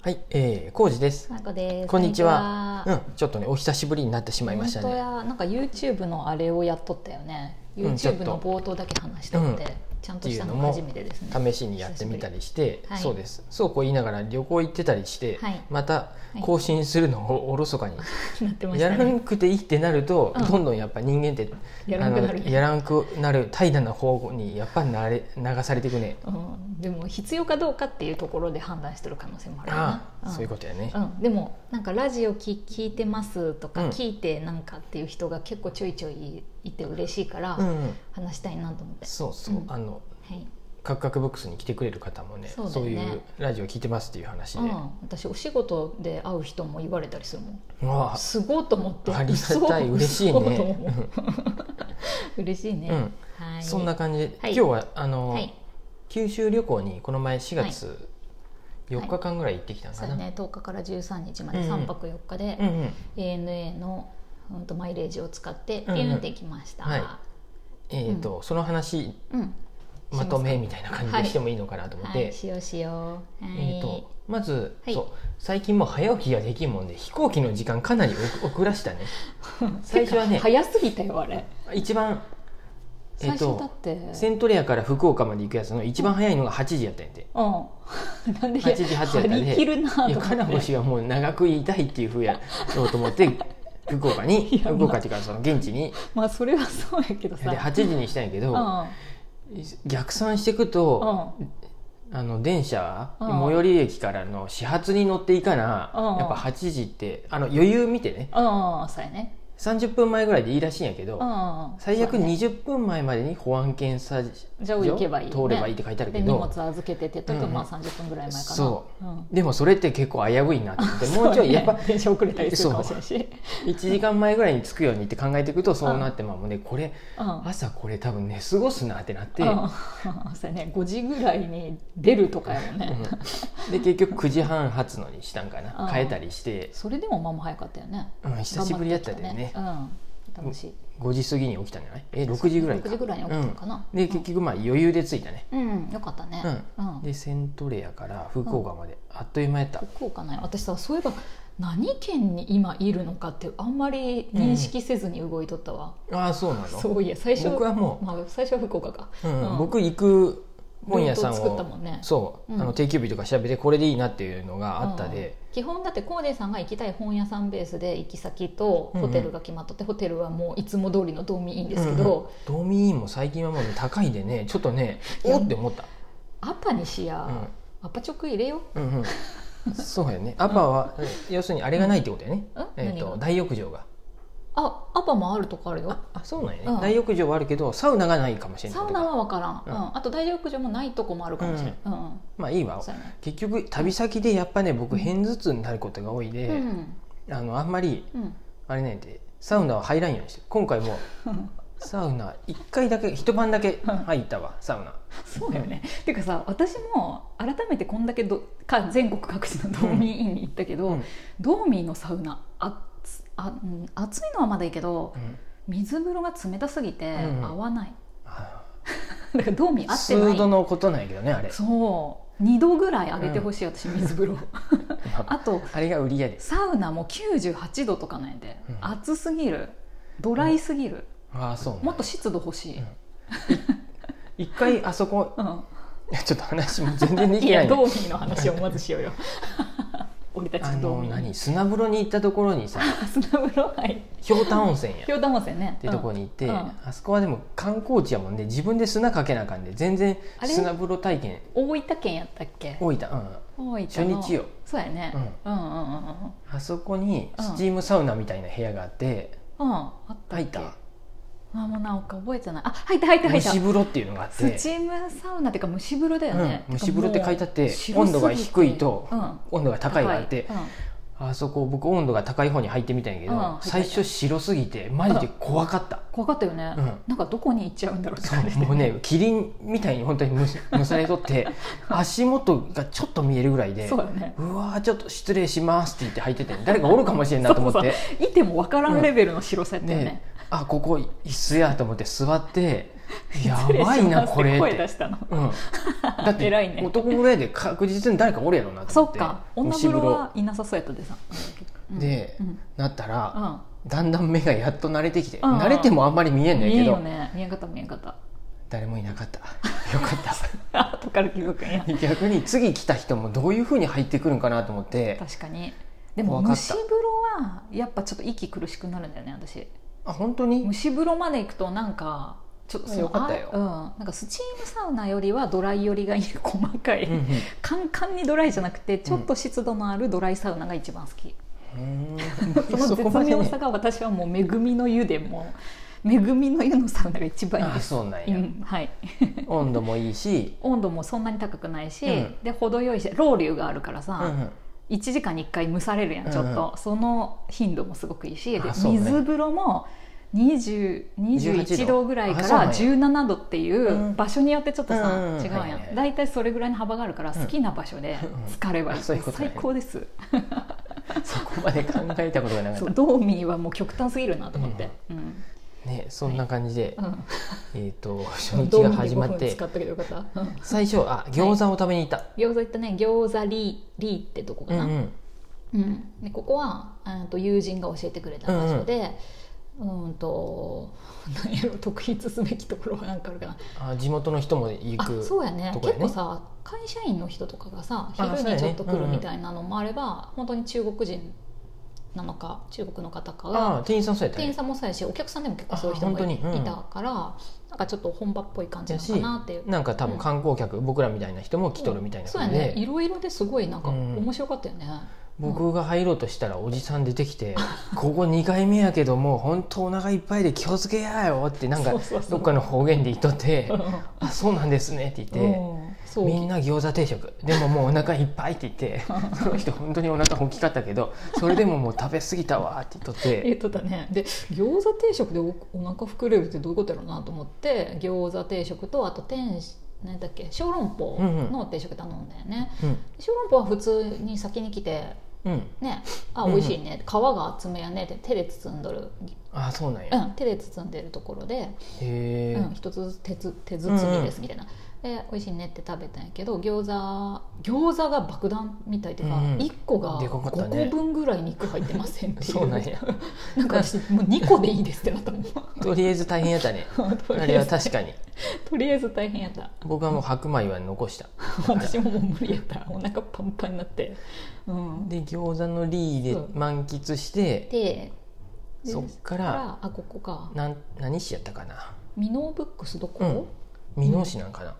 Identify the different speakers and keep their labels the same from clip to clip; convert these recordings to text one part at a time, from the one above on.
Speaker 1: はい、えー、康二です。
Speaker 2: なこです。
Speaker 1: こんにちは。
Speaker 2: こんに
Speaker 1: うん、ちょっとね、お久しぶりになってしまいまし
Speaker 2: ちは。
Speaker 1: た
Speaker 2: 本当
Speaker 1: ね。
Speaker 2: や、なんか YouTube のあれをやっとったよね。
Speaker 1: うんちょっと
Speaker 2: YouTube の冒頭だけ話したので、
Speaker 1: うん
Speaker 2: ちゃんとしたのが初めてですね。
Speaker 1: 試しにやってみたりして、
Speaker 2: はい
Speaker 1: そうです。そうこう言いながら旅行行ってたりして、
Speaker 2: はい
Speaker 1: また
Speaker 2: はい
Speaker 1: 更新するのをおろそかに、
Speaker 2: なってまし
Speaker 1: や
Speaker 2: た
Speaker 1: ら
Speaker 2: ね。
Speaker 1: んくていいってなると、
Speaker 2: うん
Speaker 1: どんどんやっぱ人間って
Speaker 2: やらんくなる
Speaker 1: あのやらんくなる怠惰な方にやっぱなれ流されていくね。
Speaker 2: うん、でも必要かどうかっていうところで判断してる可能性もあるよ
Speaker 1: あ
Speaker 2: な。
Speaker 1: あ、
Speaker 2: ん
Speaker 1: そういうことやね。
Speaker 2: うん、でもなんかラジオき聞いてますとか、
Speaker 1: うん
Speaker 2: 聞いてなんかっていう人が結構ちょいちょいいて嬉しいから、
Speaker 1: うん、うん、
Speaker 2: 話したいなと思って、
Speaker 1: そうそう、
Speaker 2: うん
Speaker 1: あの。
Speaker 2: はい
Speaker 1: カクカクボックスに来てくれる方もね
Speaker 2: そうだよね
Speaker 1: そういうラジオ聞いてますっていう話で、
Speaker 2: うん、私お仕事で会う人も言われたりするもん
Speaker 1: うわあ
Speaker 2: すごいと思って
Speaker 1: ありがたい嬉しい
Speaker 2: 嘘と
Speaker 1: ね
Speaker 2: 思う嬉しいね、
Speaker 1: うん
Speaker 2: はい
Speaker 1: そんな感じで、
Speaker 2: はい
Speaker 1: 今日はあの、
Speaker 2: はい
Speaker 1: 九州旅行にこの前4月4日間ぐらい行ってきたの
Speaker 2: そ
Speaker 1: か
Speaker 2: う
Speaker 1: な、
Speaker 2: やね10日から13日まで
Speaker 1: うん
Speaker 2: 3泊4日で
Speaker 1: うんうん
Speaker 2: ANA の、うん、とマイレージを使って
Speaker 1: うん
Speaker 2: ビュンってきました、
Speaker 1: はいえーとその話
Speaker 2: うん
Speaker 1: まとめみたいな感じ
Speaker 2: は
Speaker 1: で
Speaker 2: い
Speaker 1: してもいいのかなと思っ
Speaker 2: は
Speaker 1: て、
Speaker 2: いしようしようはい、
Speaker 1: えー、とまず、
Speaker 2: はい
Speaker 1: そう最近もう早起きができんもんで飛行機の時間かなり遅遅ら したね最初はね
Speaker 2: てか早すぎたよあれ
Speaker 1: 一番え
Speaker 2: 最
Speaker 1: っ、
Speaker 2: 初だ
Speaker 1: と
Speaker 2: って、
Speaker 1: セントレアから福岡まで行くやつの一番早いのが8時やったんやて、
Speaker 2: うん なんで
Speaker 1: 8時8時やった
Speaker 2: 張
Speaker 1: ん
Speaker 2: り
Speaker 1: で
Speaker 2: 切るなと
Speaker 1: い
Speaker 2: 思
Speaker 1: や
Speaker 2: って
Speaker 1: 金星がもう長く言いたいっていうふうやろうと思 って福岡に
Speaker 2: いや
Speaker 1: 福岡っていうかその現地に
Speaker 2: まあそれはそうやけどさ
Speaker 1: で8時にしたんやけ
Speaker 2: う
Speaker 1: ど
Speaker 2: ん
Speaker 1: 逆算していくと
Speaker 2: うん
Speaker 1: あの電車
Speaker 2: うん
Speaker 1: 最寄り駅からの始発に乗っていかな
Speaker 2: うん
Speaker 1: やっぱ8時ってあの余裕見てね
Speaker 2: うんうんそうやね
Speaker 1: 30分前ぐらいでいいらしいんやけ
Speaker 2: う
Speaker 1: ど
Speaker 2: ん
Speaker 1: 最悪
Speaker 2: そうやね
Speaker 1: 20分前までに保安検査
Speaker 2: じゃあ
Speaker 1: 所
Speaker 2: 行けばいいね
Speaker 1: 通ればいいって書いてあるけ
Speaker 2: で荷物
Speaker 1: ど
Speaker 2: 預けててと
Speaker 1: うん
Speaker 2: か
Speaker 1: うん
Speaker 2: まあ30分ぐらい前かな
Speaker 1: そ
Speaker 2: うん
Speaker 1: でもそれって結構危ういなと思ってもうちょいやっぱ
Speaker 2: そうね 電車遅れたりするかもしれないし
Speaker 1: 1時間前ぐらいに着くようにって考えていくとそうなってまあもうねこれ
Speaker 2: うんうん
Speaker 1: 朝これ多分寝過ごすなってなって、
Speaker 2: そうやね5時ぐらいに出るとかやもんね
Speaker 1: うんで結局9時半発のにしたんか
Speaker 2: う
Speaker 1: なん変えたりして、
Speaker 2: それでもまあまあ早かったよね
Speaker 1: うん、久しぶりやったでね
Speaker 2: 頑張ってきたねうん楽しい
Speaker 1: 5時過ぎに起きたんじゃないえ6時ぐらいか
Speaker 2: 6時ぐらいに起きたのかな
Speaker 1: うんで結局まあ余裕で着いたね、
Speaker 2: うんよかったね
Speaker 1: う
Speaker 2: うん
Speaker 1: ん、でセントレアから福岡まで、あっという間やった
Speaker 2: 福岡ない私さそういえば何県に今いるのかってあんまり認識せずに動いとったわ、
Speaker 1: ああそうなの
Speaker 2: そういや最初
Speaker 1: 僕はも
Speaker 2: まあ、最初は福岡か、
Speaker 1: う、うん
Speaker 2: うん
Speaker 1: 僕行く本屋さん
Speaker 2: ルートを作った
Speaker 1: を
Speaker 2: もんね
Speaker 1: そう、
Speaker 2: うん
Speaker 1: あの定休日とか調べてこれでいいなっていうのがあったで、
Speaker 2: うん基本だってコーデさんが行きたい本屋さんベースで行き先とホテルが決まっとって、ホテルはもういつも通りのドーミーインですけど、
Speaker 1: うんドーミーインも最近はもうね高いでねちょっとね
Speaker 2: いや
Speaker 1: おって思った、
Speaker 2: アパにしや、アパチョク入れよ
Speaker 1: うんうんうん、そうやねアパは、要するにあれがないってことやね、
Speaker 2: うん
Speaker 1: えー、と
Speaker 2: 何が
Speaker 1: 大浴場が
Speaker 2: あアパもあるとこあるよ
Speaker 1: ああそうなんやね、
Speaker 2: うん
Speaker 1: 大浴場はあるけどサウナがないかもしれない
Speaker 2: サウナは分からん、
Speaker 1: う
Speaker 2: うんんあと大浴場もないとこもあるかもしれない、うんうん
Speaker 1: まあいいわ
Speaker 2: そうやね
Speaker 1: 結局旅先でやっぱね僕偏頭痛になることが多いで、
Speaker 2: うん
Speaker 1: あのあんまり
Speaker 2: うん
Speaker 1: あれねんてサウナは入らんようにしてる今回もサウナ一回だけ一晩だけ入ったわサウナ
Speaker 2: そうよね、ていうかさ私も改めてこんだけどか全国各地のドーミーインに行ったけど、
Speaker 1: うん
Speaker 2: ドーミーのサウナあつあ、うん、暑いのはまだいいけど
Speaker 1: うん
Speaker 2: 水風呂が冷たすぎて
Speaker 1: うん
Speaker 2: 合わない、
Speaker 1: あ
Speaker 2: だからドーミー合
Speaker 1: ー
Speaker 2: って
Speaker 1: 数度
Speaker 2: ない
Speaker 1: のことなんやけどねあれ
Speaker 2: そう2度ぐらい上げてほしい、私水風呂あと
Speaker 1: あれが売りやで
Speaker 2: サウナも98度とかなんやで、
Speaker 1: うん
Speaker 2: 暑すぎるドライすぎる、
Speaker 1: ああそうなんや
Speaker 2: もっと湿度欲しい、
Speaker 1: うん一回あそこ
Speaker 2: うん
Speaker 1: い やちょっと話も全然で
Speaker 2: い
Speaker 1: きな
Speaker 2: や
Speaker 1: い
Speaker 2: ドーミーの話をまずし ようよ俺た
Speaker 1: あ
Speaker 2: ちドー
Speaker 1: の
Speaker 2: ミー
Speaker 1: 何砂風呂に行ったところに さ
Speaker 2: 砂風呂はい
Speaker 1: 氷炭温泉やっ
Speaker 2: 氷玉線ね
Speaker 1: てとこに行って、
Speaker 2: うんうん
Speaker 1: あそこはでも観光地やもんね自分で砂かけなあかんで全然
Speaker 2: あれ
Speaker 1: 砂風呂体験
Speaker 2: 大分県やったっけ
Speaker 1: 大分、うん、
Speaker 2: 大分の
Speaker 1: 初日よ
Speaker 2: そうやね、うん、うんうんうんうん
Speaker 1: あそこにスチームサウナみたいな部屋があって、
Speaker 2: うんあったっ
Speaker 1: 入っ
Speaker 2: け
Speaker 1: た
Speaker 2: あもうなんか覚えてないあ入った入った入った
Speaker 1: 蒸し風呂っていうのがあっ
Speaker 2: ス
Speaker 1: て
Speaker 2: チームサウナっていうか蒸し風呂だよね、
Speaker 1: うん蒸し風呂って書いてあって
Speaker 2: てかもう
Speaker 1: 温度が低いと
Speaker 2: うん
Speaker 1: 温度が高いがあって
Speaker 2: 高い
Speaker 1: あそこ僕温度が高い方に入ってみたんやけど、
Speaker 2: うん入った
Speaker 1: 最初白すぎてマジで怖かった、
Speaker 2: うん、怖かったよね、
Speaker 1: うん
Speaker 2: なんかどこに行っちゃうんだろうって
Speaker 1: そ
Speaker 2: 感じ
Speaker 1: うもうねキリンみたいに本当にむしむされと って足元がちょっと見えるぐらいで
Speaker 2: そうだね
Speaker 1: うわーちょっと失礼しますって言って入ってて誰かおるかもしれんなと 思って
Speaker 2: そうそういてもわからんレベルの白さやったよね
Speaker 1: で、あここ椅子やと思って座ってやばいなこれって
Speaker 2: 声出したの
Speaker 1: うん、だって
Speaker 2: 偉いね
Speaker 1: 男ぐらいで確実に誰かおるやろうなと
Speaker 2: そ
Speaker 1: 思っ
Speaker 2: ってか
Speaker 1: 蒸
Speaker 2: 女
Speaker 1: し
Speaker 2: 風呂はいなさそうやったでさ、うん
Speaker 1: で
Speaker 2: うん
Speaker 1: なったら
Speaker 2: あ
Speaker 1: だんだん目がやっと慣れてきて
Speaker 2: うんうん
Speaker 1: 慣れてもあんまり見えん
Speaker 2: 見
Speaker 1: ねん
Speaker 2: えん
Speaker 1: けど
Speaker 2: よね見えんかった見えんかった
Speaker 1: 誰もいなかったよかった
Speaker 2: 後から気づくんや
Speaker 1: 逆に次来た人もどういうふうに入ってくるんかなと思って
Speaker 2: 確かにでも
Speaker 1: わか
Speaker 2: 蒸
Speaker 1: った
Speaker 2: し風呂はやっぱちょっと息苦しくなるんだよね私
Speaker 1: あ本当に
Speaker 2: 蒸し風呂まで行くとなんかちょっと
Speaker 1: よかったよ
Speaker 2: あうん、なんかスチームサウナよりはドライよりがいい細かい、
Speaker 1: うんうん
Speaker 2: カンカンにドライじゃなくてちょっと湿度のあるドライサウナが一番好き、その
Speaker 1: そこま
Speaker 2: 絶
Speaker 1: で
Speaker 2: 妙さが私はもう恵みの湯でもう恵みの湯のサウナが一番いい
Speaker 1: あ
Speaker 2: です
Speaker 1: そうなん
Speaker 2: う
Speaker 1: や、
Speaker 2: んはい、
Speaker 1: 温度もいいし、
Speaker 2: 温度もそんなに高くないし、
Speaker 1: うん
Speaker 2: で程よいしロウリュウがあるか
Speaker 1: うん
Speaker 2: ら
Speaker 1: う
Speaker 2: さ、
Speaker 1: ん
Speaker 2: 一1時間に1回蒸されるやんちょっと、その頻度もすごくいいしで
Speaker 1: あそうね
Speaker 2: 水風呂も20 21
Speaker 1: 18
Speaker 2: 度ぐらいか
Speaker 1: あそうなん
Speaker 2: ら
Speaker 1: や
Speaker 2: 17度っていううん場所によってちょっとさ、
Speaker 1: うんうん
Speaker 2: 違う
Speaker 1: はい
Speaker 2: や
Speaker 1: はい
Speaker 2: ん大体、それぐらいの幅があるから好きな場所で疲ればいい、
Speaker 1: あそういうことね
Speaker 2: 最高です
Speaker 1: そこまで考えたことがなか
Speaker 2: そ
Speaker 1: っ
Speaker 2: うドーミーはもう極端すぎるなと思って、うん
Speaker 1: たねそんな感じで、
Speaker 2: うん
Speaker 1: えっ、と初日
Speaker 2: ドー
Speaker 1: が
Speaker 2: ミーで
Speaker 1: 始ま
Speaker 2: 5
Speaker 1: っ
Speaker 2: 分
Speaker 1: て
Speaker 2: 使ったけどよかった、うん
Speaker 1: 最初あ餃子を食べに行った、
Speaker 2: 餃子行ったね餃子リーリーってとこか
Speaker 1: うん
Speaker 2: な、
Speaker 1: うん
Speaker 2: うん、でここはあと友人が教えてくれた場所で、うん、と何やろ特筆すべきところは何かあるかな
Speaker 1: あ地元の人も行
Speaker 2: あ
Speaker 1: く
Speaker 2: そうやね
Speaker 1: とこや
Speaker 2: 結
Speaker 1: ね
Speaker 2: 構さ会社員の人とかが
Speaker 1: あ
Speaker 2: さ昼
Speaker 1: そうやね
Speaker 2: にちょっと来
Speaker 1: うん
Speaker 2: る
Speaker 1: うん
Speaker 2: みたいなのもあれば、本当に中国人なのか中国の方か
Speaker 1: あ
Speaker 2: が
Speaker 1: 店員さんそうやった
Speaker 2: 店員
Speaker 1: ね
Speaker 2: さんもそうやしお客さんでも結構そういう人
Speaker 1: あ
Speaker 2: も
Speaker 1: 本当
Speaker 2: い,、
Speaker 1: にうん
Speaker 2: たからなんかちょっと本場っぽい感じ
Speaker 1: や
Speaker 2: なの
Speaker 1: し
Speaker 2: かなっていう。
Speaker 1: なんか多分観光客、僕らみたいな人も来とるみたいな
Speaker 2: そうや
Speaker 1: 感じで、
Speaker 2: ねいろいろですごいなんか
Speaker 1: うん
Speaker 2: 面白かったよね、
Speaker 1: 僕が入ろうとしたらおじさん出てきて 「ここ2回目やけどもう本当お腹いっぱいで気をつけやよ」ってなんか
Speaker 2: そうそうそう
Speaker 1: どっかの方 言で言っとって
Speaker 2: うん
Speaker 1: 「あそうなんですね」って言って。
Speaker 2: うんそう
Speaker 1: みんな餃子定食でももうお腹いっぱいって言って その人本当にお腹大きかったけどそれでももう食べ過ぎたわって言っとっ
Speaker 2: えってとだねで餃子定食でおお腹膨れるってどういうことやろうなと思って餃子定食とあと天何だっけ小籠包の定食頼んだよね、
Speaker 1: うん
Speaker 2: 小籠包は普通に先に来て
Speaker 1: うん
Speaker 2: ねあ
Speaker 1: うん
Speaker 2: 美味しいね、皮が厚めやねって手で包んどる、
Speaker 1: あそうなんや、
Speaker 2: うん、手で包んでるところで、
Speaker 1: へえ、
Speaker 2: うん、一つずつ手つ手包みですみたいな、で美味しいねって食べたんやけど餃子餃子が爆弾みたいっていうか、
Speaker 1: うんうん
Speaker 2: 1個が
Speaker 1: でかかったね
Speaker 2: 5個分ぐらい肉入ってませんってい う
Speaker 1: そうなんや
Speaker 2: なんか私もう2個でいいですってなったもん
Speaker 1: とりあえず大変やったね
Speaker 2: と り
Speaker 1: あ
Speaker 2: あ
Speaker 1: れ
Speaker 2: え
Speaker 1: は
Speaker 2: ず
Speaker 1: 確かに
Speaker 2: とりあえず大変やった
Speaker 1: 僕はもう白米は残した
Speaker 2: 私ももう無理やったお腹パンパンになって、うん、
Speaker 1: で餃子のリーで満喫して
Speaker 2: でで
Speaker 1: そっか
Speaker 2: かららあここか
Speaker 1: なん何市やったかな
Speaker 2: ミノーブックスど
Speaker 1: う
Speaker 2: こ、
Speaker 1: ん箕面市なんかな、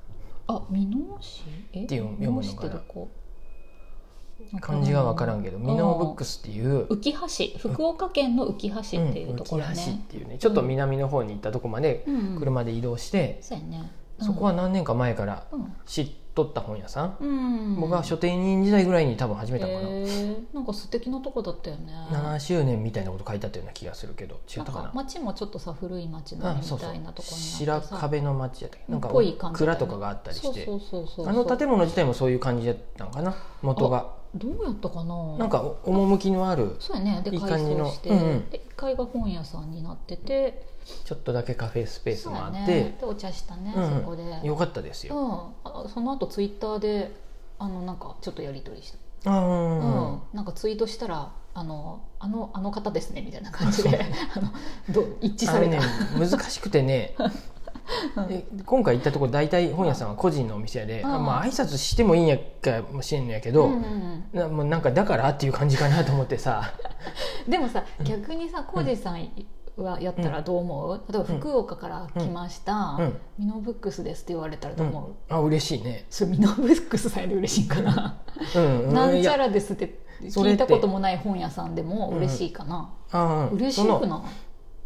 Speaker 2: あミノー市え
Speaker 1: っていう
Speaker 2: ミノー市っ
Speaker 1: 読むのかな
Speaker 2: てどこ
Speaker 1: 漢字が分からんけど箕面ブック
Speaker 2: ス
Speaker 1: スっていう、
Speaker 2: 浮橋福岡県の浮橋
Speaker 1: うん
Speaker 2: っていうところ
Speaker 1: 浮橋っ
Speaker 2: ね、
Speaker 1: ていうねちょっと南の方に行ったとこまで
Speaker 2: うんうん
Speaker 1: 車で移動して、
Speaker 2: そうやね、うん
Speaker 1: そこは何年か前から
Speaker 2: うん
Speaker 1: 知っとった本屋さん、
Speaker 2: うん、
Speaker 1: 僕は書店員時代ぐらいに多分始めたのかな、
Speaker 2: へーなんか素敵なとこだったよね
Speaker 1: 7周年みたいなこと書いてあったような気がするけど違
Speaker 2: な
Speaker 1: っ
Speaker 2: ん
Speaker 1: たか
Speaker 2: か
Speaker 1: な
Speaker 2: 町もちょっとさ古い町の
Speaker 1: あ
Speaker 2: み
Speaker 1: そうそ
Speaker 2: たいなと
Speaker 1: う
Speaker 2: こにあ
Speaker 1: 白
Speaker 2: ってさ
Speaker 1: 壁の町やったっけなんか
Speaker 2: っぽい感じ
Speaker 1: 蔵
Speaker 2: だよ
Speaker 1: と
Speaker 2: ね
Speaker 1: かがあったりして
Speaker 2: そうそうそうそう
Speaker 1: あの建物自体もそういう感じだったのかな元が
Speaker 2: どうやったかな
Speaker 1: なんか趣のある
Speaker 2: そうやねで
Speaker 1: いい
Speaker 2: 改
Speaker 1: 感じの
Speaker 2: 装して
Speaker 1: うんうん
Speaker 2: で1階が本屋さんになってて
Speaker 1: ちょっとだけカフェスペース
Speaker 2: そう
Speaker 1: もあ
Speaker 2: や
Speaker 1: って、
Speaker 2: ねでお茶したね、
Speaker 1: うんうん
Speaker 2: そこで
Speaker 1: よかったです
Speaker 2: う
Speaker 1: よ、
Speaker 2: んあその後ツイッターであのなんかちょっとやり取りした
Speaker 1: あーうんうん
Speaker 2: うんなんかツイートしたらあのあのあの方ですねみたいな感じであのどう一致
Speaker 1: あ
Speaker 2: され
Speaker 1: れ
Speaker 2: た、
Speaker 1: ね難しくて ねえ今回行ったとこ大体本屋さんは個人のお店で、
Speaker 2: うん
Speaker 1: まあ挨拶してもいいんやかもしれんのやけど、
Speaker 2: うんうんうん
Speaker 1: なもうなんかだからっていう感じかなと思ってさ
Speaker 2: でもさ逆にさ浩二さんはやったらどう思う、例えば
Speaker 1: うん
Speaker 2: 福岡から来ました、
Speaker 1: うん
Speaker 2: ミノブックス ですって言われたらどう思う、
Speaker 1: あ嬉しいね、
Speaker 2: それミノブックスさんで嬉しいかな、
Speaker 1: うんうん、
Speaker 2: なんちゃ
Speaker 1: いや
Speaker 2: らですって
Speaker 1: それ
Speaker 2: 聞
Speaker 1: っ
Speaker 2: い
Speaker 1: て
Speaker 2: たこともない本屋さんでも嬉しいかな、
Speaker 1: あ、うん、
Speaker 2: 嬉し
Speaker 1: そ
Speaker 2: く
Speaker 1: の
Speaker 2: な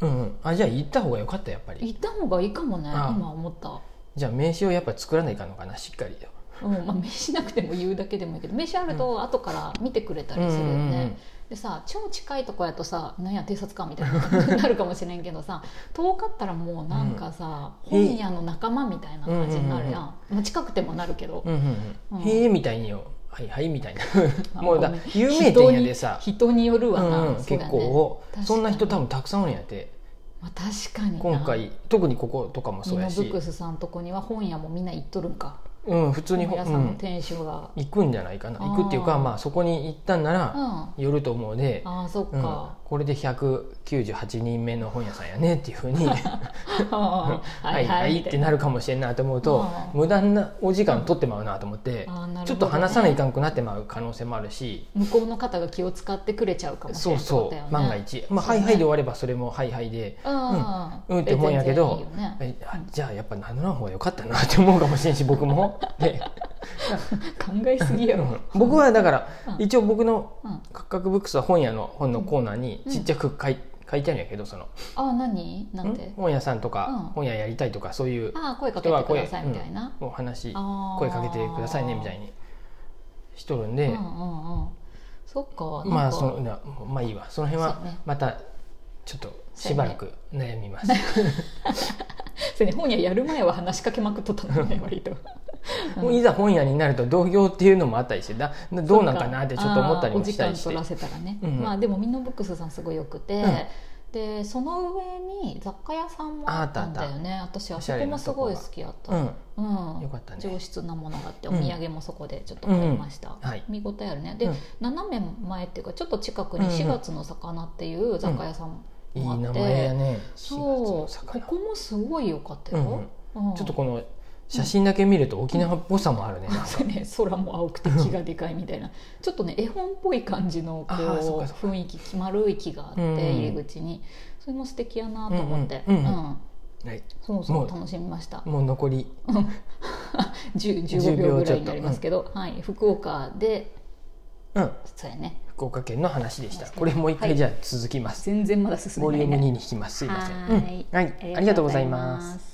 Speaker 1: うんうんあじゃあ行った方が良かったやっぱ
Speaker 2: い
Speaker 1: り
Speaker 2: 行った方がいいかもね
Speaker 1: ああ
Speaker 2: 今思った、
Speaker 1: じゃあ名刺をやっぱ作らないかんのかなしっかりと
Speaker 2: うんまあ、名刺なくても言うだけでもいいけど名刺あると後から見てくれたりするよね、
Speaker 1: うんうんうん
Speaker 2: でさ超近いとこやとさなんや偵察官みたいな感じになるかもしれんけどさ遠かったらもうなんかさ、
Speaker 1: うん
Speaker 2: 本屋の仲間みたいな感じになるやん,、
Speaker 1: うん
Speaker 2: まあ、近くてもなるけど、
Speaker 1: うんうんうん、
Speaker 2: うん
Speaker 1: へえみたいによはいはいみたいな
Speaker 2: まあ
Speaker 1: もうだ
Speaker 2: ごめん
Speaker 1: 有名店やでさ
Speaker 2: 人に人による
Speaker 1: う
Speaker 2: わな、
Speaker 1: んうん、
Speaker 2: そう
Speaker 1: 結
Speaker 2: だね
Speaker 1: 構
Speaker 2: 確かに
Speaker 1: そんな人多分たくさんおるんやって
Speaker 2: まあ、確かにな
Speaker 1: 今回特にこことかも
Speaker 2: ミ
Speaker 1: そう
Speaker 2: ノ
Speaker 1: や
Speaker 2: ブ
Speaker 1: し
Speaker 2: ック、スさんとこには本屋もみんな行っとるんか
Speaker 1: うん、普通に
Speaker 2: 本屋
Speaker 1: ほ
Speaker 2: さんの
Speaker 1: ん、
Speaker 2: 店主が、
Speaker 1: 行くんじゃないかな
Speaker 2: あー
Speaker 1: 行くっていうかまあそこに行ったんな
Speaker 2: うん
Speaker 1: ら
Speaker 2: あ
Speaker 1: 寄ると思うで、
Speaker 2: あそっ
Speaker 1: うん
Speaker 2: か、
Speaker 1: これで198人目の本屋さんやねっていうふ うに
Speaker 2: は
Speaker 1: はいはいってなるかもしれんなと思うと
Speaker 2: あー
Speaker 1: 無駄なお時間取ってまうなと思って
Speaker 2: あーなるほどね
Speaker 1: ちょっと話さないかんくなってまう可能性もあるし。
Speaker 2: 向こうの方が気を使ってくれちゃうかもし
Speaker 1: そう
Speaker 2: れないってこ
Speaker 1: そ
Speaker 2: とだよね
Speaker 1: う万が一、まあ、
Speaker 2: そ
Speaker 1: は
Speaker 2: う
Speaker 1: い
Speaker 2: ね
Speaker 1: はいで終わればそれもはいはいで
Speaker 2: う
Speaker 1: うんって思うんやけど
Speaker 2: 全然いいよね
Speaker 1: えあじゃあやっぱ名乗らん方が良かったなって思うかもしれんし僕 もで
Speaker 2: 考えすぎ やろ、
Speaker 1: うん僕はだから
Speaker 2: うん
Speaker 1: 一応僕の
Speaker 2: うん、あ
Speaker 1: カッカクブックスは本屋の本のコーナーに
Speaker 2: うん
Speaker 1: ちっちゃく書い,、書いてあるんやけどその
Speaker 2: あ何なんて
Speaker 1: ん本屋さんとか、
Speaker 2: うん
Speaker 1: 本屋やりたいとかそういう
Speaker 2: ああ声かけてくださいみたいな、
Speaker 1: お話
Speaker 2: あー
Speaker 1: 声かけてくださいねみたいにしとるんで、
Speaker 2: うんうんうんそっか
Speaker 1: ま
Speaker 2: なん
Speaker 1: あ
Speaker 2: か
Speaker 1: そのなまあいいわその辺
Speaker 2: そ
Speaker 1: は
Speaker 2: うね
Speaker 1: またちょっとしばらく悩みます。
Speaker 2: それね本屋やる前は話しかけまくっとったのね 割と
Speaker 1: もういざ本屋になると同業っていうのもあったりしてだだどうなんかなってちょっと思ったりもしたりし
Speaker 2: そ
Speaker 1: て
Speaker 2: っかあーお時間取らせたらね、
Speaker 1: うん
Speaker 2: まあでもミノブックスさんすごいよくて、
Speaker 1: うん
Speaker 2: でその上に雑貨屋さんもあったんだよね私あそこもすごい好きやった、
Speaker 1: うん
Speaker 2: うん
Speaker 1: よかったね
Speaker 2: 上質なものがあってお土産もそこでちょっと買いました、
Speaker 1: うんはい
Speaker 2: 見応えあるねで、
Speaker 1: うん
Speaker 2: 斜め前っていうかちょっと近く
Speaker 1: う
Speaker 2: に
Speaker 1: んうん
Speaker 2: 4月の魚っていう雑貨屋さん
Speaker 1: い
Speaker 2: もあ
Speaker 1: い
Speaker 2: って、
Speaker 1: 名前やね
Speaker 2: そ
Speaker 1: 4月
Speaker 2: う
Speaker 1: の
Speaker 2: こ
Speaker 1: 魚
Speaker 2: こもすごい良かったよ、うん
Speaker 1: ちょっとこの写真だけ見ると沖縄っぽさもあるね、なんか
Speaker 2: そうね、空も青くて木がでかいみたいなちょっとね絵本っぽい感じのこ
Speaker 1: あーそう
Speaker 2: う
Speaker 1: かそうか
Speaker 2: 雰囲気丸い木があって
Speaker 1: うんうん
Speaker 2: 入り口にそれも素敵やなと思って、
Speaker 1: うんうんうん
Speaker 2: うん
Speaker 1: はい、
Speaker 2: そうそ
Speaker 1: も
Speaker 2: う
Speaker 1: う
Speaker 2: 楽しみました
Speaker 1: もう残り10
Speaker 2: 10 15
Speaker 1: 秒
Speaker 2: 秒ぐらいになりますけど、はい、福岡で
Speaker 1: うん
Speaker 2: そうやね
Speaker 1: 福岡県の話でしたこれもう一回じゃあ続きます、
Speaker 2: 全然まだ進
Speaker 1: ボ
Speaker 2: め
Speaker 1: リ
Speaker 2: な
Speaker 1: ュ
Speaker 2: い
Speaker 1: ーム2
Speaker 2: ね
Speaker 1: に引きますすいません
Speaker 2: はーい
Speaker 1: うんはいありがとうございます
Speaker 2: す